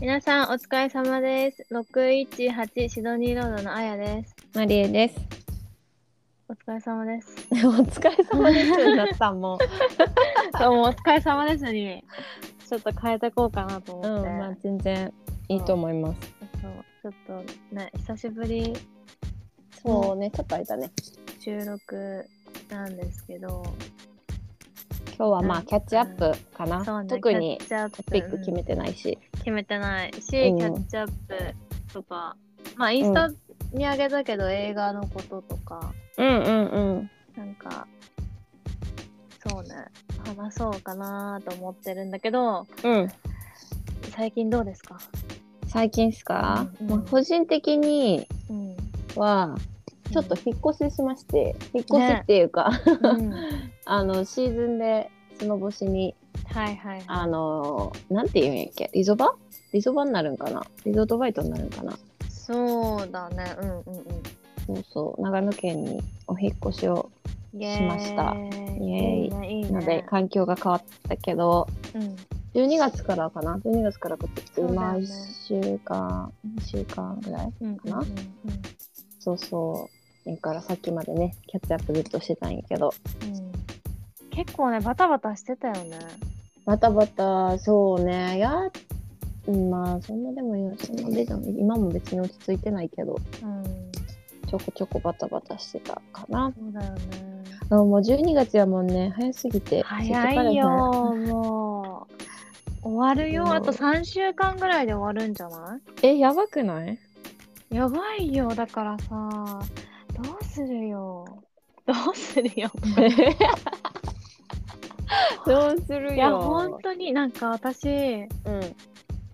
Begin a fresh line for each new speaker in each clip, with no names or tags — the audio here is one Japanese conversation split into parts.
皆さんお疲れ様です。618シドニーロードのあやです。
マリエです。
お疲れ様です。
お疲れ様 です。なったんも。
どうもお疲れ様ですに、ちょっと変えてこうかなと
うん、
思って。
まあ全然いいと思います。
そうちょっとね、久しぶり
そうね、ちょっと空いたね。
収録なんですけど、
今日はま
う
あ
ん
キャッチアップかな。
そうね
特に
キャッチアップ
トピック決めてないし。
決めてないし、
ん
キャッチアップとか、まあインスタにあげたけど、映画のこととか、
うんうんうん。
なんか、そうね、話そうかなと思ってるんだけど、
うん。
最近どうですか
最近っすか、
うん
まあ個人的に
うん。
は、ちょっと引っ越ししまして、引っ越しっていうか、
うん、
あの、シーズンでその星に、
はいはい。
あのーなんて言うんやっけリゾバリゾバになるんかなリゾートバイトになるんかな
そうだね。うんうん
そうそう、長野県にお引っ越しを
うん。イエーイ
しましたイエーイ
いいね、いいね。
ので、環境が変わったけど、
うん、
12月からかな ?12 月からこっち、
そうだよね
まあ1週間、2週間ぐらい
うん、
かなそうそう。だからさっきまでね、キャッチアップずっとしてたんやけど、
うん。結構ね、バタバタしてたよね。
バタバタ、そうね、や、うんまあそんなでもいい、そんなでじゃん今も別に落ち着いてないけど、
うん、
ちょこちょこバタバタしてたかな。
そうだよね。
あもう12月はもうね、早すぎて、
早いよ、もう。終わる
も
よ。
う
あと3週間ぐらいで終わるんじゃな
え、やばくない
いやばいよ。だからさ、どうするよ。どうするよ。
どうするよ。
いや、本当になんか私、
うん。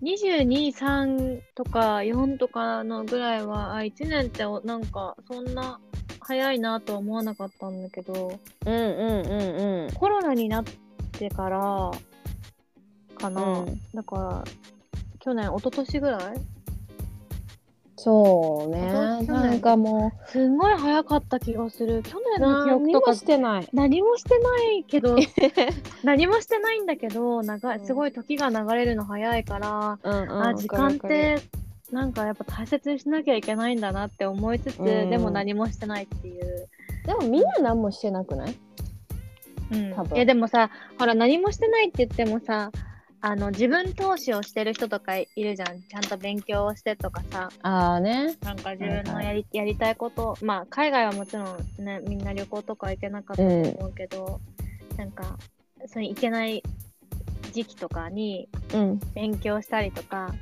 223とか4とかのぐらいはあ1年っておなんかそんな早いなとは思わなかったんだけど
うんうんうん
コロナになってからかな、
うん。うん、
だから去年一昨年ぐらい
そうね。
今年
なんかも
すごい早かった気がする去
う、
年の記
何
憶
も
とか
してない。
何もしてないけど 何もしてないんだけど長い
うん
すごい時が流れるの早いから、
うんうん、
あ時間っ
わかるわかる
てなんかやっぱ大切にしなきゃいけないんだなって思いつつ、
うん
でも何もしてないっていう、
でもみんな何もしてなくない
うん
多分
いやでもさほら何もしてないって言ってもさあの自分投資をしてる人とかいるじゃんちゃんと勉強をしてとかさ
ああね。
なんか自分の
はい
やり,、やりたいことまあ海外はもちろんねみんな旅行とか行けなかったと思うけど、なんかそれ行けない時期とかに
うん。
勉強したりとか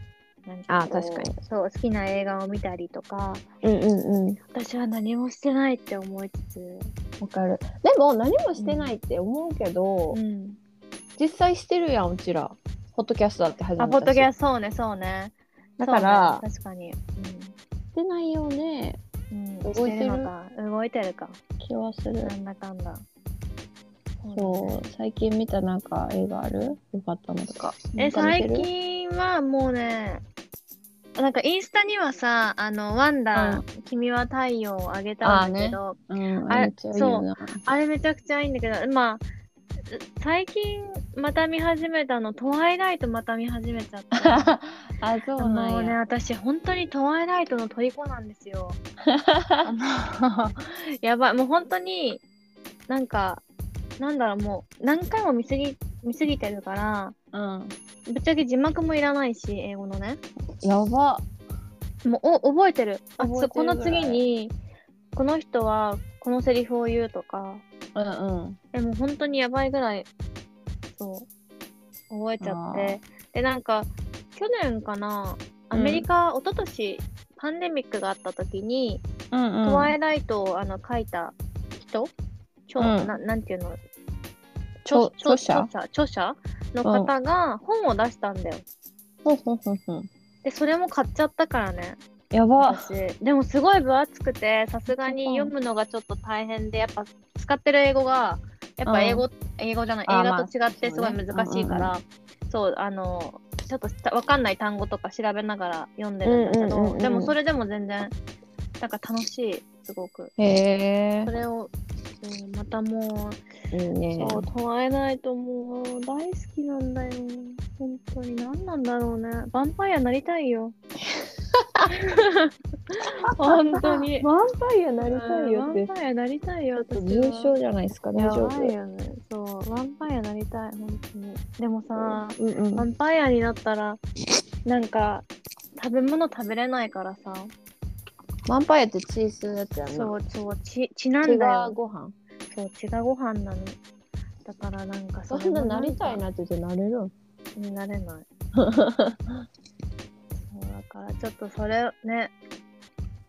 なん
あ
こう
確かに
そう好きな映画を見たりとか
うんうんうん。
私は何もしてないって思いつつ、
わかる。でも何もしてないって思うけど、
ん、
実際してるやん、うちら。ポッドキャストだって始めた
あ
し。
ポッドキャ
ス
ストそうねそうね
だから
そうね確かに、
ト。してないよね。
うんうん、
動いてる
しのか動いてるか
気はする
な。んだかんだ
そ、
そう
最近見たなんか映画あるよかったのとか。
うねえ
なんか見て
最
る
近はもうねなんかインスタにはさ「あのワンダー、
うん
君は太陽」をあげたんだけど
うん、
あ
あ
れ
れめっちゃいいよな。
あれめちゃくちゃいいんだけどまあ最近また見始めたの「トワイライト」また見始めちゃった
あ、そう
も
な
うんね
や。
私本当に「トワイライト」の虜なんです よあのやばいもう本当になんかなんだろうもう何回も見すぎ見すぎてるから
うん。
ぶっちゃけ字幕もいらないし英語のね
やば。
もうお覚えてるあ
覚えて
そう
る
この
ぐらい
次にこの人はこのセリフを言うとか
うんうん。
でもう本当にやばいぐらい、そう、覚えちゃって。で、なんか、去年かな、アメリカ、一昨年パンデミックがあった時に、
うん
トワ
うん。
イライトをあの書いた人、超、
うん
ななんていうの
著
著
著者
者著者の方が本を出したんだよ。
ほんほんほんほん。
で、それも買っちゃったからね。
やば。
私でもすごい分厚くてさすがに読むのがちょっと大変でやっぱ使ってる英語がやっぱ英語、英語じゃない
あ
映画と違ってす
ま
ご
あ
い難しいから、そうあのちょっとした分かんない単語とか調べながら読んでるんだけど、
うんうんうんうん
でもそれでも全然なんか楽しいすごく
へえ
そ。れを、うんまたも
いいうね。
そう「トワイライト」もう大好きなんだよ本当に何なんだろうね。ヴァンパイアなりたいよ。本当に。
ワンパイアなりたいよ
う
っ
んヴ
て
ァンパイアなりたいよ、私は。
重症じゃないですか大
や
丈
ばい
夫
よね。そう、ヴァンパイアなりたい、本当に。でもさ、
うんう
ヴ
ん
ァンパイアになったら、なんか、食べ物食べれないからさ、
ワンパイアってチーズやつやんな
そう、そう、血、血なん
違う
だよ。
ご飯
そう、血がご飯なの。だからなんか
そ
れ
んな
も
なん
か
りたいなって言ってなれるん
になれ ない。そうだからちょっとそれね、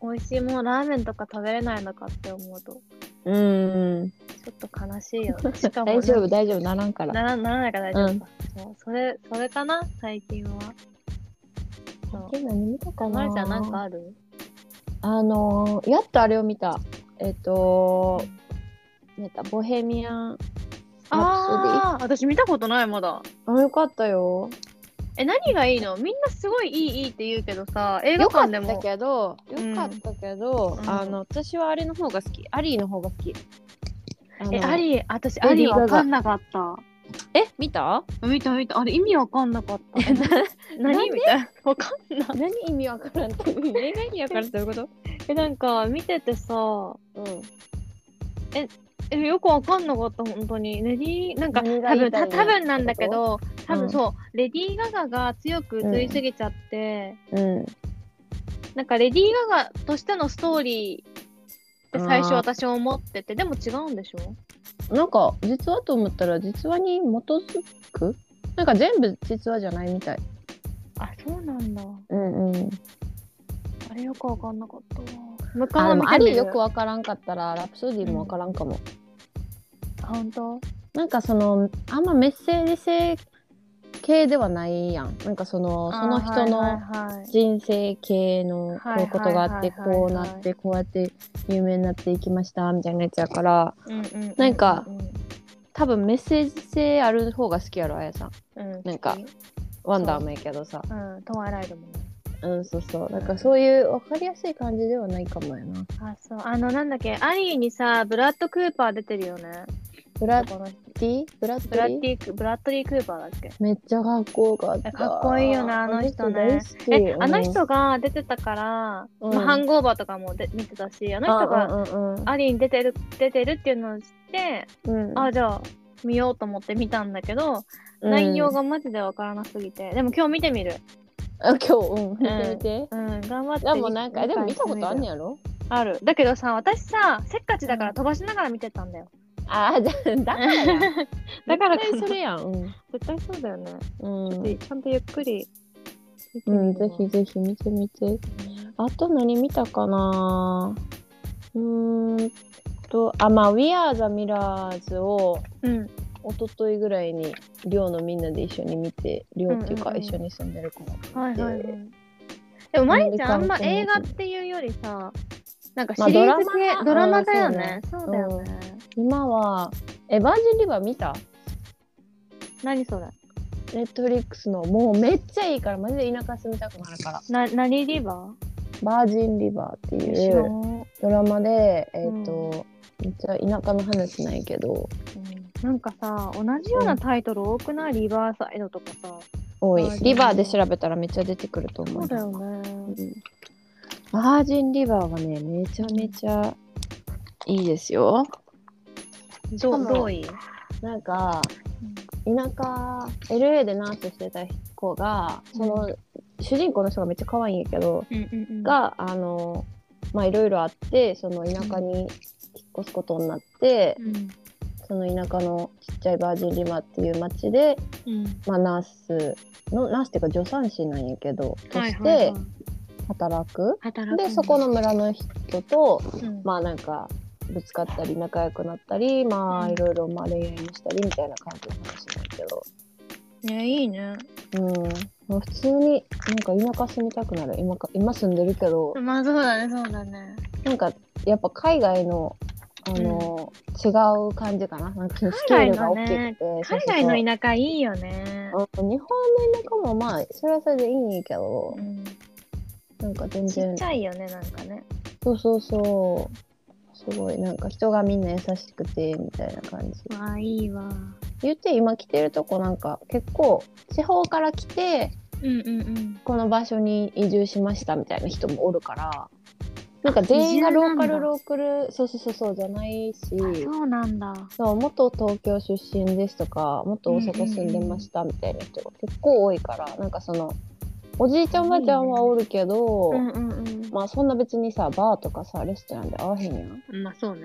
美味しいもうラーメンとか食べれないのかって思うと、ち
うん
ょっと悲しいよ ね。しかも
大丈夫
な
大丈夫ならんから
ならならないから大丈夫か、そうそれ、それかな最近は。そう
え何見たかな
まるちゃんなんかある
あのーやっとあれを見たえっ、と見たボヘミアンラ
ああー、私見たことないまだ。
プソディあよかったよ
え、何がいいのみんなすごいいいいいって言うけどさ、映画
よか
館
っ
で
た
も。
けど
うん
よかったけど、
うん
あの私はあれの方が好きアリーの方が好きあの
え、あり、私、
レ
あ
ディ
り
ーガガ
わかんなかった。
え見た
見た見た。あれ、意味わかんなかった。えな
なん
何
で
みたいな。わかんない。
何意味わからんって映画意味わからんってどういうこ
え、なんか、見ててさ、
とうん
え、よくわかんなかった、本当に。レディー、なんか、
何が
多
言
分、
いたい
た
の
多分なんだけど、多
うん
分そう、レディー・ガガが強く映りすぎちゃって、
うん
なんか、レディー・ガガとしてのストーリーって最初
あー
私は思ってて、でも違うんでしょ
なんか実話と思ったら実話に基づくなんか全部実話じゃないみたい。
あ、そうなんだ。
うんうん。
あれよくわかんなかったわ。向
あ
か
で
う見
も
て
あ
み
り
る
よくわからんかったらラプソディもわからんかも。
あ本当
なんかそのあんまメッセージ性系ではないやん。なんかそのその人
あー
の
はいはいはい
人生系のこ
は
う
い
いうことがあって
はいはいはい
こうなってこうやって有名になっていきましたみたいなやつやから
うんうんうんうん
なんか多分メッセージ性ある方が好きやろあやさん。
うん、
なんか
好き
ワンダーもやけどさ。
うん、トワイライトもね。
うん、そうそう。なんかそういう分かりやすい感じではないかもやな。
あ、そう。あの、なんだっけ、アリーにさ、ブラッド・クーパー出てるよね。
ブラッ
この人
ディブラッ
ブラッ
ディ
ディクブラッドリー・クーパーだっけ
めっちゃかっこよかった。
かっこいいよねあの人ね
あの人大好き
え、あの、
う
人が出てたから、
うん
まあ、ハングオーバーとかもで見てたし、あ
ん
の人が
うんうん
アリーに出てる出てるっていうのを知って、
うんうん、
あ、じゃあ見ようと思って見たんだけど、内容がマジでわからなすぎて、でも今日見てみる。
うん、あ今日、うん、見てみて。
うん、頑張って。
でもなんか、えでも見たことあんね
や。
やろ
ある。だけどさ、私さ、せっかちだから飛ばしながら見てたんだよ。
あー、じゃあだからや。
だからかな
絶対それやん。
絶対そうだよね。
うん。う
で
ん
ちゃんとゆっくり見て
う
みるわ。
ん、ぜひぜひ見てみて。あと何見たかなうーんと、あ、まあ、We Are the Mirrors を
うん。
一昨日ぐらいに寮のみんなで一緒に見て寮っていうか
うんうんうん
一緒に住んでる子も
はいはいはい
で。
でも、まりちゃん、あんま
アメ
映
リカ
画っ
ン
ていうよりさ、なんかシ
まあ
リーズ
ドラマ
系、ドラマだよね。そうだよね。
今はえバージンリバー見た
何それ
ネットフリックスのもうめっちゃいいからマジで田舎住みたくなるから
な、何リバ
バージンリバーって
ー
い
知ら
うんドラマでえっ、と、めっちゃ田舎の話なんやけど
なんかさ、同じようなタイトル多くないリバーサイドとかさ。
多い
バージン
リバーで調べたらめっちゃ出てくると思
そう
う
だよ
う
ね。
んバージンリバーはねめちゃめちゃいいですよ
どう、どうい
なんか田舎 LA でナースしてた子がその、主人公の人がめっちゃ可愛いんやけど、
うんうんうん。
があのまあいろいろあってその田舎に引っ越すことになって、
うん、
その田舎のちっちゃいバージンリマっていう町で、
うん。
まあ、ナースのナースっていうか助産師なんやけどと
はい
し
はい
て
はい。
働く、
働くんだ
でそこの、村の人と
うん
まあなんかぶつかったり仲良くなったりま
う
あ
ん
いろいろまあ恋愛もしたりみたいな感じの話なんやけど。
ね、いいね。
うん、もう普通になんか田舎住みたくなる今か今住んでるけど、
まあ、そうだね、そうだね。
なんかやっぱ海外のあの、違う感じかななんかそのスケー
海
ル
外
が
の
大きくて、
ね
そ
海
うそうそう
外の田舎いいよね。
うん日本の田舎もまあそれはそれでいいんやけど
う、ん
なんか全
ちっ
然
ちゃいよね、なんかね。
そうそうそうすごいなんか人がみんな優しくてみたいな感じ
わあ、いいわ。
言って今着てるとこなんか結構地方から来て
うんうん
この場所に移住しましたみたいな人もおるからなんか全員がローカ
移住なんだ
ルローカルそうそうそうそうじゃないし
うん。そうなんだ。
そう元東京出身ですとか元大阪住んでましたみたいな人が結構多いからなんかそのおじいちゃんおばあちゃんはおるけど、
うんうんうん。
まあそんな別にさバーとかさレストランで会わへんやん。
まあそうね。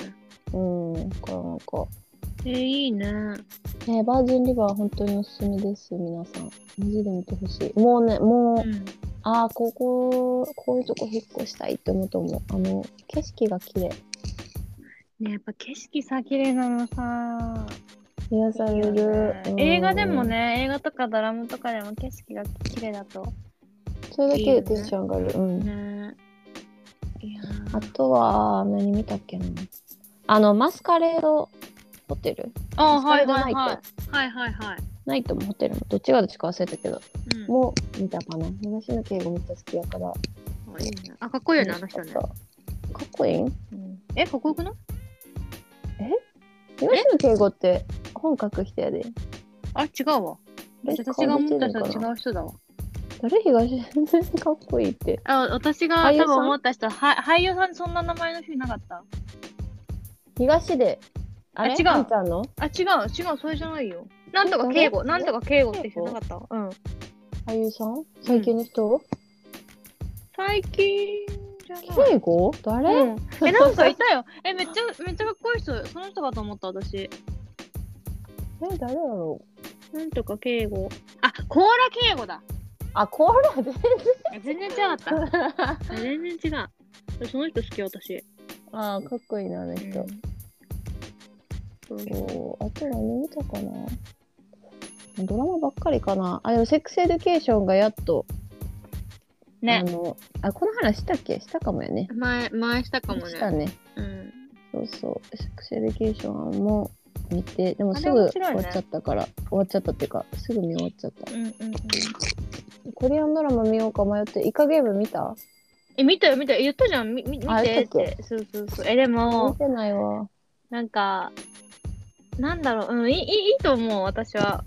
うんこれなんか
えー、いいね。
ね、バージンリバー本当におすすめです、皆さん。マジで見てほしい。もうね、もう、
ん。
ああ、ここ、こういうとこ引っ越したいって思うと思う。あの、景色が綺麗。
ねやっぱ景色さ綺麗なのさ
癒され
いい
る
よね。
うん
映画でも。ね映画とかドラマとかでも景色が綺麗だと
それだけでテンション上がる。うん。
ねいや
あとは、何見たっけな。あの、マスカレードホテル
あ
マスカ
は
レ
い
ード
は
ナイ
い
ト
はいはいはいはい
ナイトもホテルも、どっちがどっちか忘れたけど、
うん
もう見たかな。東野敬吾めっちゃ好きやから。か
あいいねあかっこいいよねあの人ね
かっこいいん
うんえかっこよくない
東野敬吾って本書く人やで。
あ違うわ私が思った人と違う人だわ
誰東全然かっこいいって。
あ私が
俳優
多
さん
分思った人は俳優さんそんな名前の人いなかった
東で。あれ
あ違う
あんちゃんの
あ違う違うそれじゃないよなんとか敬語なんとか敬語って人いなかったうん
俳優さん最近の人
最近じゃない
敬語誰、
うんえなんかい たよえめっちゃめっちゃかっこいい人その人かと思った私
え、誰やろう
なんとか敬語あコーラ敬語だ
あ、これ全
あ全然違か った
然。
あ全然違うえその人好き私、
あー、かっこいいな、あの
うん
人。
そう
そうあと何見たかなドラマばっかりかな。あ、でもセックスエデュケーションがやっと。
ね
あの、あ、この話したっけしたかもやね。
前前したかもね
したね。
うん
そうそう。セックスエデュケーションも見て、でもす
あれ
ぐ
面
終
白いね
わっちゃったから、終わっちゃったっていうか、すぐ見終わっちゃった。
うんうんうん
コリアンドラマ見ようか迷って、イカゲーム見た
え見たよ見たよ言ったじゃんみみ見
あ
て
言
っ
ったって
そうそうそうえで
見
も
てないわ。
なんかなんだろううんいいいいいと思う私は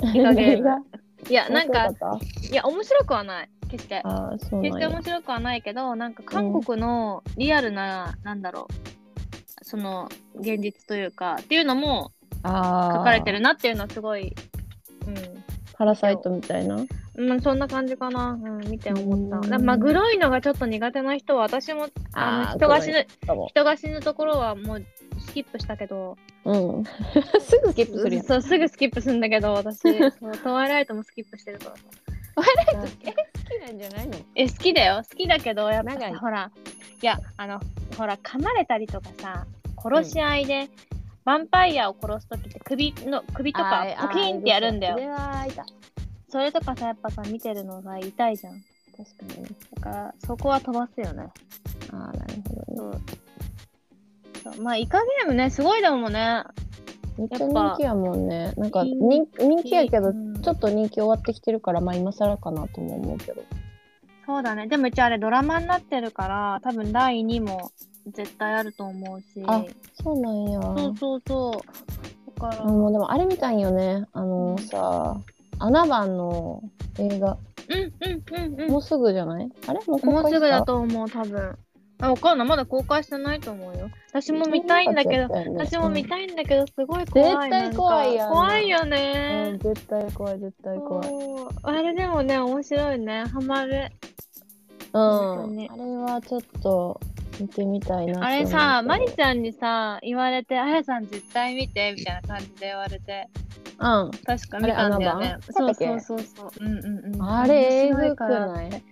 イ カゲーム
何
いや
が
なんか
面白っ
いや面白くはない決して
たあーそう
決し
なん
て
や
面白くはないけどなんか韓国のリアルな、なんだろうその現実というかっていうのも
あー
書かれてるなっていうのはすごい、う
パラサイトみたいな。
んまあ、そんな感じかな、うん、見て思った
う
だ
ん
からまあグロいのがちょっと苦手な人は私もあの
ー
人が死。ぬ
これかも
人が死ぬところはもうスキップしたけど
うん。 すぐスキップするやん。
そうすぐスキップするんだけど 私そうトワイライトもスキップしてるから
トワイ
ライト
好きなんじゃないの
え好きだよ好きだけどやっぱ
長い
さほらいやあのほら噛まれたりとかさ殺し合いで、ヴァンパイアを殺す時って首の首とかポキーンってやるんだよ
は痛い。
それとかさやっぱさ見てるのが痛いじゃん
確かにね。
だからそこは飛ばすよね
ああ、なるほどね。
そうそうまあイカゲームねすごいだもんね
めっちゃ
やっぱ
人気やもんね。なんか人
人
人気やけど、
うん
ちょっと人気終わってきてるから、まあ今更かなとも思うけど。
そうだねでも一応あれドラマになってるから多分第2も絶対あると思うし
あそうなんや。
そうそうそうだから、
あもうでもあれみたいよねあのさ穴番の映画
うんうんうんうん
もうすぐじゃないあれもう公
もう
開
すぐだ
した
と思う、多分。あ、わかんない。まだ公開してないと思うよ。私も見たいんだけど、私も見
い、
たいんだけど、すごい怖い。
絶対
なんか
怖いやん
怖いよ
うんう
ね
ん。絶対怖い絶対怖いうん
そうあれでもね、面白いね。ハマる。
あ
本当
れ
に
はちょっと見てみたいなって思う
あれさ、マリちゃんにさ、言われて、あやさん絶対見て、みたいな感じで言われて、
うん
確か見たんだよね
あれ。あの
そう
番
そうそうそう。うんうんうん。
あれ
面
え
白
ぐ
い
く
から
ない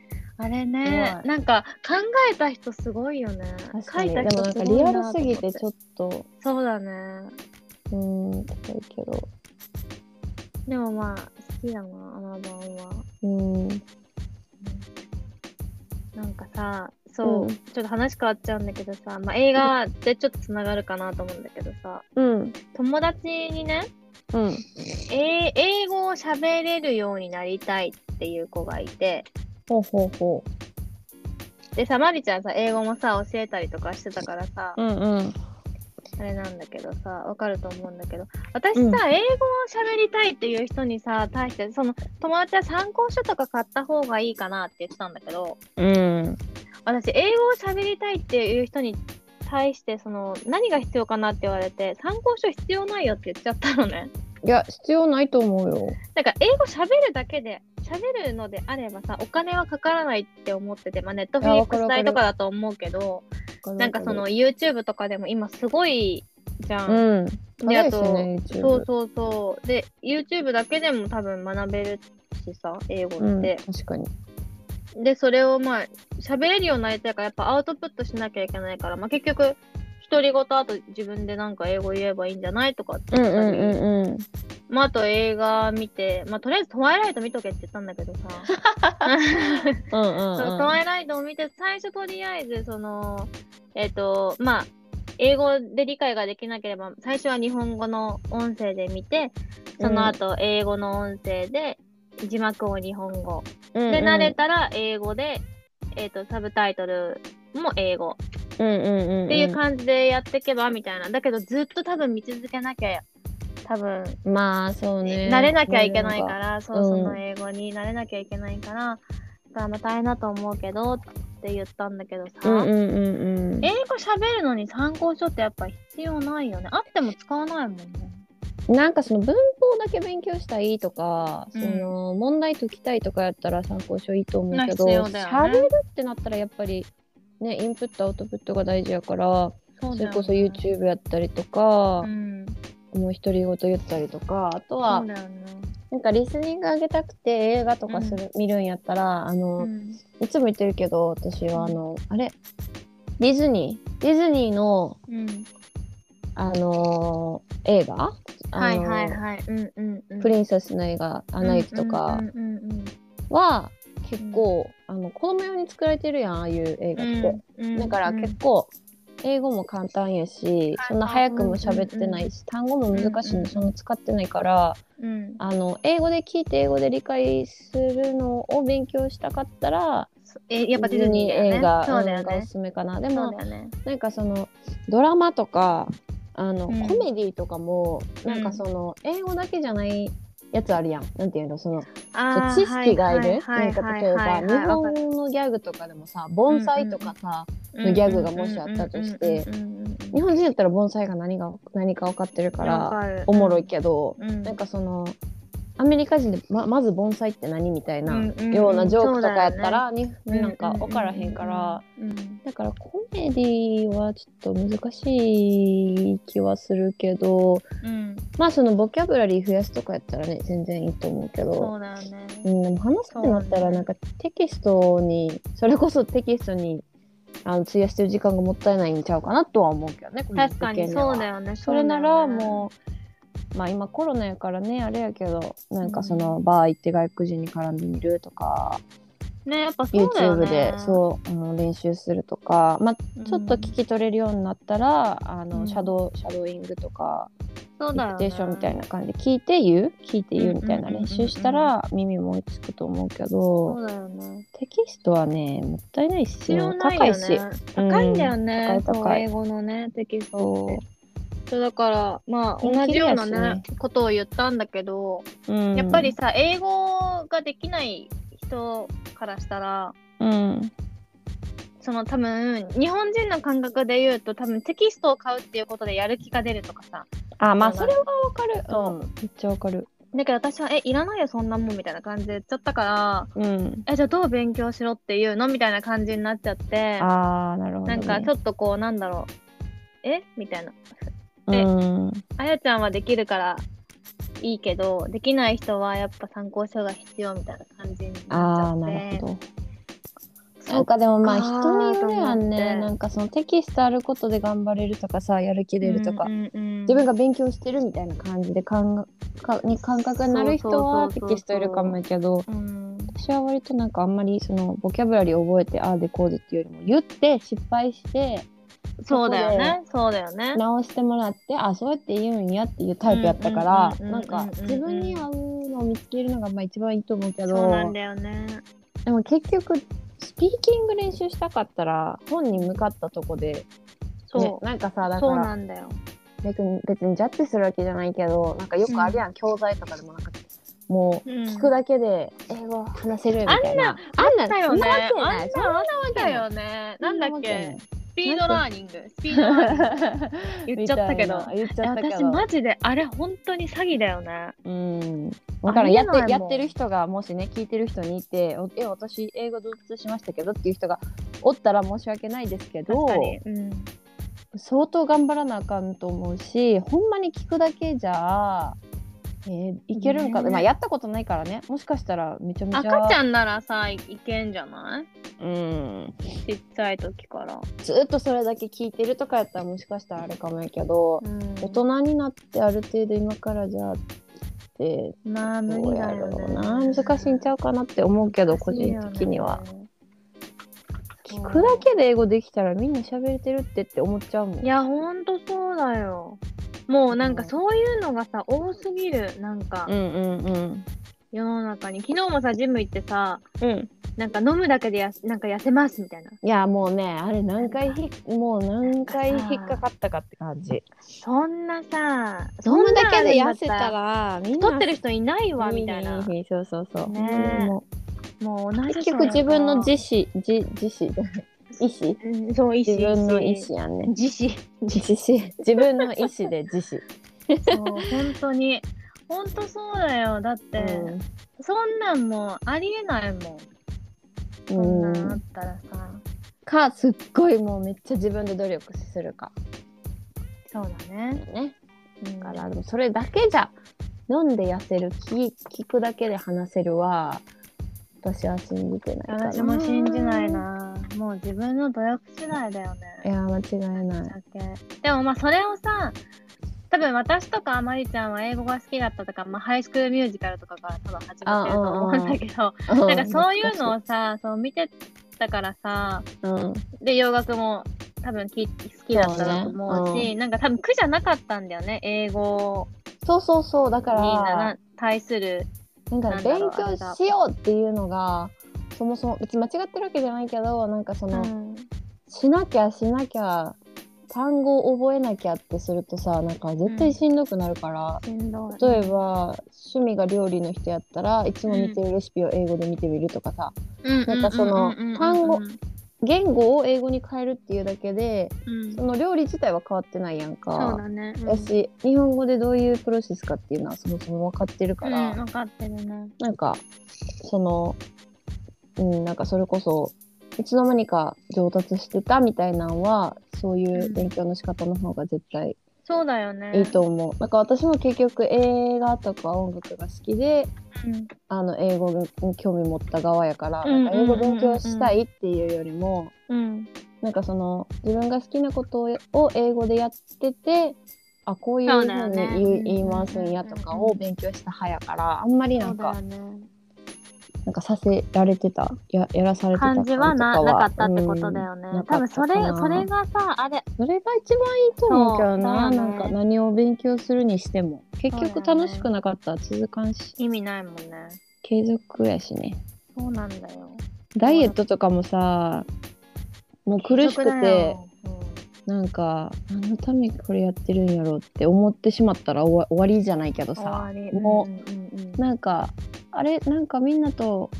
あれね
怖、い
なんか考えた人すごいよね。
確
書
か
い
に
た
で
人
もなんか
ごい
リ
なと
アル
思っ
すぎてちょっと
そうだね。
うーん怖いけど
でもまあ好きだなアナバンは。
うーん
なんかさそう、
うん
ちょっと話変わっちゃうんだけどさ、まあ、映画でちょっとつながるかなと思うんだけどさ
うん
友達にね、
うん
えー英語を喋れるようになりたいっていう子がいて
ほうほうほ
でさまりちゃんさ英語もさ教えたりとかしてたからさ、
ううんうん
あれなんだけどさわかると思うんだけど私さ、
うん
英語を喋りたいっていう人にさ対してその友達は参考書とか買った方がいいかなって言ってたんだけど
うん。
私英語を喋りたいっていう人に対してその何が必要かなって言われて参考書必要ないよって言っちゃったのね
いや、必要ないと思うよ。
なんか英語喋るだけで喋るのであればさお金はかからないって思っててまあネットフリックス代とかだと思うけどなんかその、YouTube とかでも今すごいじゃん
うん。
で
高
あ
いし
と、
ね、YouTube
そうそうそうで YouTube だけでも多分学べるしさ英語
うん、
って、
確かに。
でそれをまあ喋れるようになりたいからやっぱアウトプットしなきゃいけないから、まあ、結局独り言あと自分でなんか英語言えばいいんじゃないとかって
うん
言
う
ったり、
んうんうん。
まあ、あと映画見て、まあ、とりあえず「トワイライト」見とけって言ったんだけど さ
うん
そうのトワイライトを見て最初とりあえずそのえっ、とまあ英語で理解ができなければ最初は日本語の音声で見てその後英語の音声で字幕を日本語、
ん。
で慣れたら英語で、えー、とサブタイトルも英語
うんうんうんうん。
っていう感じでやっていけばみたいなだけどずっと多分見続けなきゃ多分
まあそうね。
慣れなきゃいけないから、そう
うん
その英語に慣れなきゃいけないから、だからまあ大変だと思うけどって言ったんだけどさ、
うんうんうんうん。
英語喋るのに参考書ってやっぱ必要ないよねあっても使わないもんね。
なんかその文法だけ勉強したいとか、その問題解きたいとかやったら参考書いいと思うけど、
必
喋
要だよね
るってなったらやっぱりねインプットアウトプットが大事やから、
そ
そう
だ
れ
よね
こそ YouTube やったりとか
う、ん、
もう独り言言ったりとか、あ
そ
とは
うだよね。
なんかリスニング上げたくて映画とかする、見るんやったらあの、
うん
いつも言ってるけど私はあのあれディズニーディズニーの
うん、
あのー映画、あのー
はいはいはい。うんうんうん。
プリンセスの映画「アナ雪」とか
うんうんうん
は結構、あの子供用に作られてるやんああいう映
う
画
ん
って、
うんうん
だから結構英語も簡単やし、そんな早くも喋ってないし、単語も難しい
うんうん
のそんな使ってないから、
うん
あの英語で聞いて英語で理解するのを勉強したかったら
えやっぱディズニーだよね
映画
そうだよ
うんがお
ね
す。すめかなで
そ
も
うだよね。
なんかそのドラマとかあの、
うん
コメディとかも
うん
なんかその、英語だけじゃないやつあるやんなんていうのその
あー
知識がいる
は
ないん
はいは
か
い
例え
はい
ば日
わかる
本のギャグとかでもさ盆栽とかさ、のギャグがもしあったとして
うんうんうんうん
日本人やったら盆栽が何が何か分かってるか
わ
ら
かる
おもろいけど、
うん
なんかそのアメリカ人でままず盆栽って何みたいな、
うんうんうん
ようなジョークとかやったら、になんか分からへんから。。
うんうんうんうん
だからコメディはちょっと難しい気はするけど
うん、
まあそのボキャブラリー増やすとかやったらね全然いいと思うけ
そ
ど
うだよね。
うん、でも話すってなったらなんかテキストにそれこそテキストにあの費やしてる時間がもったいないんちゃうかなとは思うけどね
確かにそうだ
よ
よね。
それなら
う
もうまあ今コロナやからねあれやけどなんかそのバー行って外国人に絡んでみると
だ
か、
よねねやっぱそうだよ
YouTube
ね。
でそうあの練習するとかまあ
うん
ちょっと聞き取れるようになったら、あ
う
の
ん
シャドウシャドーイングとか、
そう
デ
だよ
ィク
ね
テーションみたいな感じで聞いて言う聞いて言うみたいな
うんうんうんうん
練習したら耳も追いつくと思うけど、
そうだよね。
テキストはねもったいないし
必要ない
高い
よ
し
ね。高いんだよ
う
ね
ん、
そ
高いう高い
英語のねテキスト
そ
って。そうだからまあ
人気だ
同
し
じようなねことを言ったんだけど、
う、うん
やっぱり、さ英語ができない人からしたら
うん、
その多分日本人の感覚で言うと多分テキストを買うっていうことでやる気が出るとかさ
あまあ
そ
そうれ
だ
はわかる
そう
うん、めっちゃわかる
だけど私は「えいらないよそんなもん」みたいな感じで言っちゃったから
うん
「えじゃあどう勉強しろっていうの?」みたいな感じになっちゃって
あーなるほど、
な
ね、
んかちょっとこうなんだろう「えみたいな
とうん
あやちゃんはできるからいいけどできない人はやっぱ参考書が必要みたいな感じに
あ
なっ
ー
ちゃって
なるほど
そ
な
うん
かでもまあ
そっかー
人によるやん
と思っ
ね
て
なんかそのテキストあることで頑張れるとかさやる気出るとか、
うんうんうん
自分が勉強してるみたいな感じで感がかに感覚になる人は
そうそうそう
テ
そう
キストいるかもやけど
うん
私は割となんかあんまりそのボキャブラリー覚えてああでこうでっていうよりも言って失敗して
そうだよねそうだよね
直してもらってあそうやって言うんやっていうタイプやったから
うんうん
な
うんうん
んか自分に合うのを見つけるのがまあ一番いいと思うけ
そうなん
ど
だよね
でも結局スピーキング練習したかったら本に向かったとこで、ね
そ、う
なんかさだか
そう
ら
なんだよ
別に別にジャッジするわけじゃないけどなんかよくあるやん、教材とかでもなんかもう
うん
聞くだけで英語話せるみたいな、
あったよ
そん
ね。
なわけ
あん
な
ない
そんなわ
あったよね。
そ
なんだっ
わ
け
な、
スピードラーニング。スピードラーニング。
い
言っちゃったけど
みいな言っち
いや
ゃったけど
私マジであれ本当に詐欺だよね。
うん、わからんや
ありえない
っ
もん
てやってる人がもしね聞いてる人にいて「おえ私英語上達しましたけど」っていう人がおったら申し訳ないですけ
確
ど
かに。うん。
相当頑張らなあかんと思うしほんまに聞くだけじゃ、えーいけるんか、
ね
まあ、やったことないからねもしかしたらめちゃめちゃ
赤ちゃんならさいいけんじゃない？
うん、
ちっちゃい時から。
ずーっとそれだけ聞いてるとかやったらもしかしたらあれかもやけど、
うん
大人になってある程度今からじゃあって
まあ無
どう
理
や
だよ
ろう
ね。
な難しいんちゃうかなって思うけど個人的には。聞くだけで英語できたらみんな喋れてるってって思っちゃうもん
いやほんとそうだよ。もうなんかそういうのがさ多すぎるなんか
うんうんうん
世の中に昨日もさジム行ってさ
うん
なんか飲むだけでやすなんか痩せますみたいない
やもうねあれ何回ひもう何回
なんかさ
引っかかったかって感じ
そんなさ
飲むだけで痩
そ
せ
んな
た
んあ
らみん
るんだったら太っ
な
てる人いないわみたいな
うんそうそうそう、
ねえ
も
もう同
う
じ
結局自分の自
意
思自自思じゃない意思
思そう意思
自分の意思やんね
自思
自思自分の意思で自思、
そう本当に本当そうだよだって、そんなんもうありえないもんそん
う
なんんあ
う
っ
ん
たらさ
かすっごいもうめっちゃ自分で努力するか
そうだね、
ね
うん、
だからでもそれだけじゃ飲んで痩せる聞聞くだけで話せるは私は信じてないから
私も信じないなもう自分の努力次第だよ
い
ね
や間違いない
だけでもまあそれをさ多分私とかまりちゃんは英語が好きだったとか、まあ、ハイスクールミュージカルとかから多分始まってると思うんだけど
な
なんかそういうのをさそう見てたからさ
うん
で洋楽も多分き好きだったなと思う
そう
し
ね
なんか多分苦じゃなかったんだよね英語
そうそうそうだ
に
から
な対する
なんか
なんだろうあ
勉強
れだ
しようっていうのがそもそも別に間違ってるわけじゃないけどなんかその、しなきゃしなきゃ単語を覚えなきゃってするとさなんか絶対しんどくなるから、
しんどい
例えば趣味が料理の人やったらいつも見てるレシピを英語で見てみるとかさ、
うん
なんかそ
う
の
んうんうんうんうん
単語
うん
言語を英語に変えるっていうだけでその料理自体は変わってないやん
そう
か。
だねうん
だし日本語でどういうプロセスかっていうのはそもそも分かってるから、
うん、分かってるね。
なんかそのうんなんかそれこそいつの間にか上達してたみたいなのはそういう勉強の仕方の方が絶対
そうだよね。
いいと思う、なんか私も結局映画とか音楽が好きで
うん。
あの英語に興味持った側やから
うん
なんか英語勉強したいっていうよりも
うん。
なんかその自分が好きなことを英語でやっててあこういうふうに
そうだよね
言い言い回すんやとかを勉強した派やからあんまりな
そうんだ
か
よね。
なんかさせられてたややらされてた
感じはな
感と
なかったってことだよね
うんな。か
多分
った
それ
かな
それがさあれ
それが一番いいと思うけどな,、
そうそう
な
ね
んか何を勉強するにしても結
そう
局
だね
楽しくなかったら続かんし、
意味ないもんね。
継続やしね
そうなんだよ。
ダイエットとかもさもう苦し
孤
く
独だ
て
よ。うん
なんか何のためにこれやってるんやろうって思ってしまったら終わ終わりじゃないけど
終わ
さ
り。
も
うんうんうん
なんかあれなんかみんなと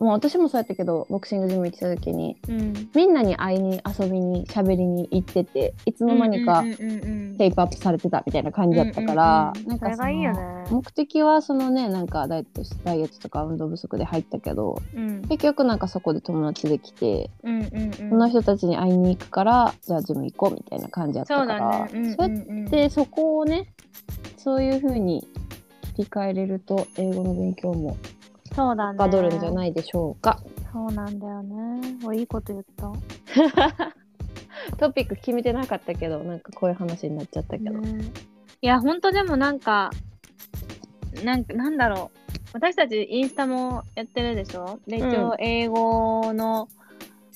もう私もそうやったけどボクシングジム行ってた時に
うん。
みんなに会いに遊びに喋りに行ってていつの間にか
うんうんうん
テイプアップされてたみたいな感じだったから、
うんうんうん
なんか
それがいいよね。
目的はそのねなんかダイエットしダイエットとか運動不足で入ったけど
うん
結局なんかそこで友達できて、
うんうんうん。
この人たちに会いに行くからじゃあジム行こうみたいな感じだった
そう
か
だ
ら
ね。うん
そうやっ
うんうん
てそこをねそういう風に切り替えれると英語の勉強も
そうだね。
はかどるんじゃないでしょうか。
そうなんだよね。おいいこと言った。
トピック決めてなかったけどなんかこういう話になっちゃったけど。
ねいや本当でもなんかなんかなんだろう私たちインスタもやってるでしょで一
うん
応英語の、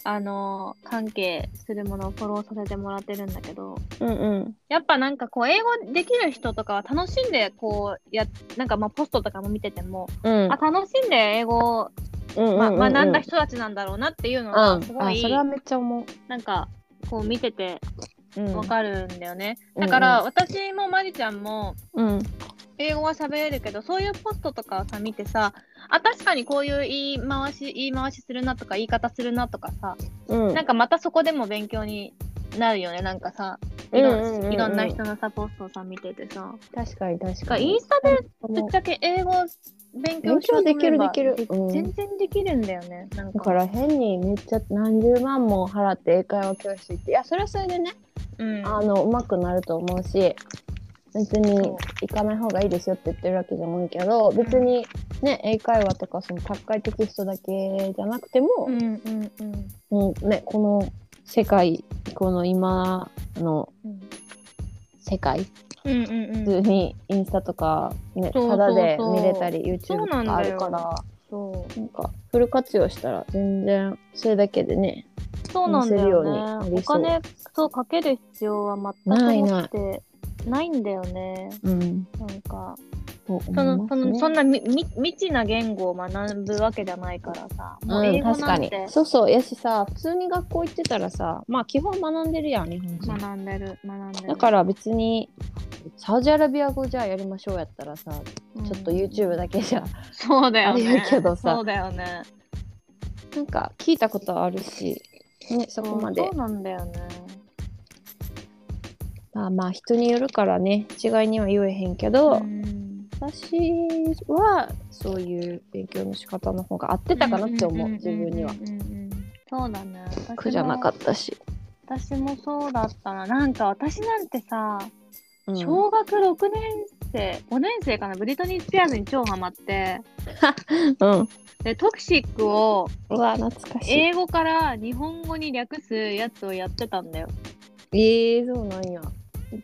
あの関係するものをフォローさせてもらってるんだけど
うんうん
やっぱなんかこう英語できる人とかは楽しんでこうやなんかまあポストとかも見てても、
うん
あ楽しんで英語を、まあ学んだ人たちなんだろうなっていうの
う
は
ん
すごい、
あそれはめっちゃ思う
なんかこう見てて
うん
わかるんだよね。
うん
だから、私もまりちゃんも
うん
英語は喋れるけど、そういうポストとかをさ、見てさ、あ、確かにこういう言い回し、言い回しするなとか、言い方するなとかさ、
うん
なんかまたそこでも勉強になるよね、なんかさ、いろ,、んいろんな人のさ、ポストをさ、見ててさ。
確かに確
だ
か
から
に
インスタでぶ
も
っちゃけ英語勉強
勉強でき
し
るで
と
き
けば
る、うん
全然できるんだよね。なんか
だから変にめっちゃ何十万も払って英会話教室行っていやそれはそれでね
うん、
あのうまくなると思うし別に行かない方がいいですよって言ってるわけじゃないけど別にね英会話とかその各界テキストだけじゃなくても、
うんうんうん
もうねこの世界この今の
うん
世界
うんうん
普
うん。
通にインスタとかね
そうそうそ
た
う
だで見れたり
そう
YouTube
なんだ
とか
よ
あるから
そう
なんかフル活用したら全然それだけでね
そうなんだよね。
載せるようにな
お
りそう
金そうかける必要は全く
ない
なくてないんだよね。
うん
なんか
と思い
その
ま
そ
す
の
ね
そんなみみ未知な言語を学ぶわけじゃないからさ、もう
う
英
ん、
語
確
な
か
ん
に
て
そうそうやしさ普通に学校行ってたらさまあ基本学んでるやん日本人、
学んでる学んでる。
だから別にサウジアラビア語じゃあやりましょうやったらさ、
うん
ちょっと YouTube だけじゃ
そうだよ
あれ
ね
や。けどさ
そうだよね。
なんか聞いたことあるし、ね、そこまで
そうそうなんだよね。
まあまあ人によるからね違いには言えへんけど、
ん
私はそういう勉強の仕方の方が合ってたかなって思う,、
んんんん
自分には
うんうんうんそうだね私も
苦じゃなかったし、
私もそうだったななんか私なんてさ
うん
小学6年生、5年生かなブリトニー・スピアーズに超ハマって
うん
でトクシックを
うわ懐かしい
英語から日本語に略すやつをやってたんだよ
ええー、そうなんや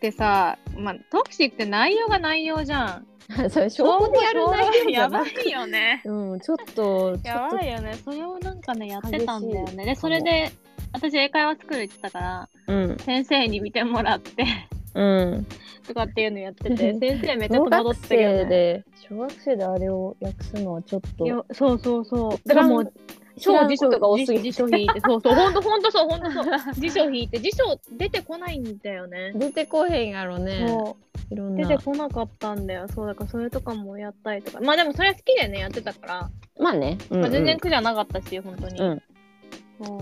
でさ、まあ、トクシックって内容が内容じゃん
それ小学でやる内容じゃ
や
な
ば
い
いよ ね
うんちょっとちょ
や
っと
ばいよねそれをなんかねやってたんだよ
激し
ね
い
でそれで私英会話スクール行ってたから
うん
先生に見てもらって
うん
とかっていうのやってて先生めっちゃ
小
戸惑
学
ってるよ
生
ね
で小学生であれを訳すのはちょっと
いやそうそうそうだからもう
知ら
超
ん
辞
こ
書
とが多すぎ
辞書引いてそうそうほんとほんとそうほんとそう 辞書引いて辞書出てこないんだよね
出てこへんやろね
そ
いろん
う
な
出てこなかったんだよそうだからそれとかもやったりとかまあでもそれは好きでねやってたから、
まあね、うん
まあ、全然苦じゃなかったし本当に、
うん
そ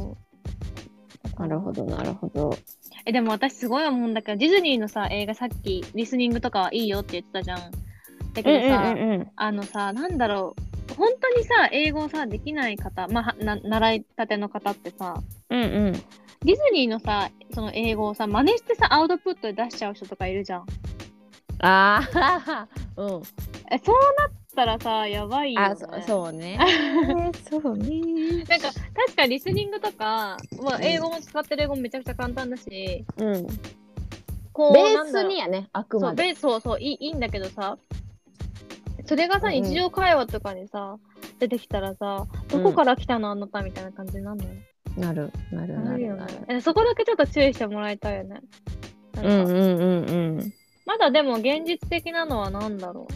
う
なるほどなるほど
えでも私すごい思うんだけどディズニーのさ映画さっきリスニングとかはいいよって言ってたじゃんだけどさ、
うん
あのさ、なんだろう、本当にさ、英語をさ、できない方、まあ、はな習いたての方ってさ、
うんうん
ディズニーのさ、その英語をさ、真似してさ、アウトプットで出しちゃう人とかいるじゃん。
ああうん
え、 そうなったらさ、やばいよ、ね。
あそそ うねそうね
なんか、確かリスニングとか、まあ、英語も使ってる英語もめちゃくちゃ簡単だし、
うん
こう、
ベ
な
ー
んだ
ス
ろう
にやねあく
そ
ま
う、
で
ベース、そうそう、いいいいんだけどさ、それがさ、
うんうん
日常会話とかにさ、出てきたらさ、どこから来たのあなたみたいな感じになるのよ。
なるなるな
なる
る
よね
なる
えそこだけちょっと注意してもらいたいよね。なん
う
か
んうんうんうん
まだでも現実的なのは何だろ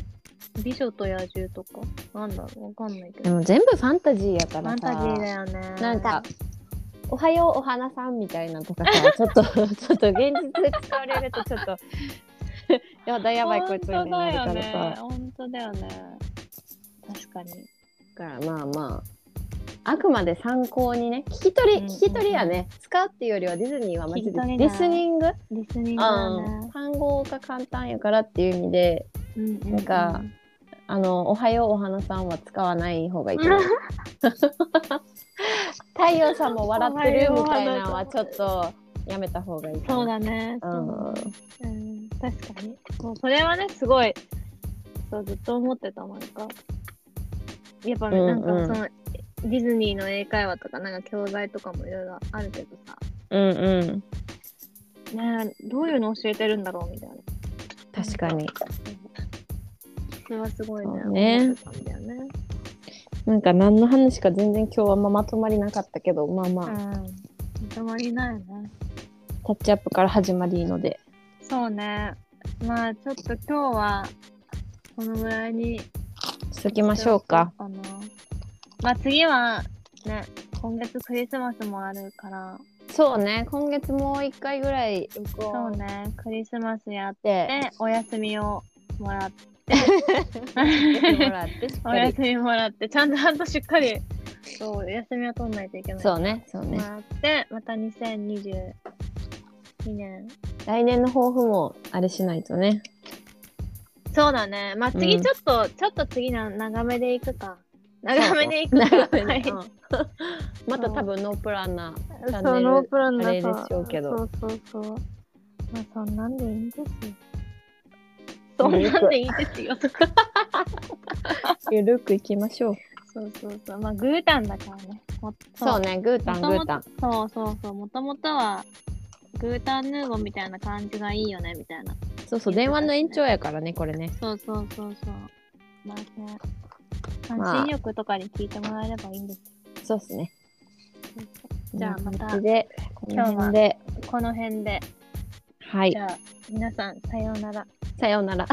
う美女と野獣とか。なんだろうわかんないけ
で
ど。
も全部ファンタジーやか
ファ
ら
ン
さ
タジーだよね。
なんかおはようお花さんみたいなとか さちょっとちょっと現実で使われるとちょっと やだやばいこいつみたいになるからさ、
本当だよね。本当だよね。確かに。
だからまあまああくまで参考にね聞き取り、
うんうんうん
聞き取りやね使うっていうよりはディズニーはマジ
聞
で
き取りね
リスニング、
リスニングだよ
うん
ね。
単語が簡単やからっていう意味で
うんうう
なんかあの「おはようお花さん」は使わない方がいいと 思う太陽さんも笑ってるみたいなのはちょっとやめた方がいいかな
そうだね。
う
そうだね
ん
うん、確かに。そうそれはね、すごい、そう、ずっと思ってた、なんか。やっぱ、
うんう
なんんか、その、ディズニーの英会話とか、なんか教材とかもいろいろあるけどさ、
うんうん
ねえどういうの教えてるんだろうみたいな。
確かに
それはすごい
そ
ね。
うね
思ってたんだよね。
なんか何の話か全然今日はあんままとまりなかったけどまあまあ、
うん。たまりないよね。
タッチアップから始まりので
そうね。まあ、ちょっと今日は、このぐらいに
しときましょうか。
あのまあ次はね、今月クリスマスもあるから、
そうね今月もう一回ぐらい録
そう
音し、
ね、クリスマスやってて、お休みをもら って、
もらってしっ
お
かり
休みもらって、ちゃんと半年しっかり、そう、休みを取んないといけない。
そうねそう
も
ね
らって、また2022年。
来年の抱負もあれしないとね
そうだね。まあ
う
次
ん
ちょっと、ちょっと次な長めでいくか。長めでいくか。
長め
は
で
い。
うんまた多分ノープランなチャンネル
そう、ノープラン
あ
だ
れで
と
しょうけど
そうそうそう。まあそんなんでいいんですよ。そ
そ
ん
ん
な
なん
で
んで
いいですよとか。
ゆるくいきましょう
そうそうそう。まあグータンだからね。も
そうねグータング
もとも
ー
と
タン
そうそうそう。もともとはグータンヌーボーみたいな感じがいいよねみたいな。
そうそう電話の延長やからねこれね
そうそうそうそう。まあね。
まあ
半身浴とかに聞いてもらえればいいんですよ。
そうっすね
じゃあまた
こんな感じでこの辺で
この辺で。
はい
じゃあ皆さんさようなら。
さようなら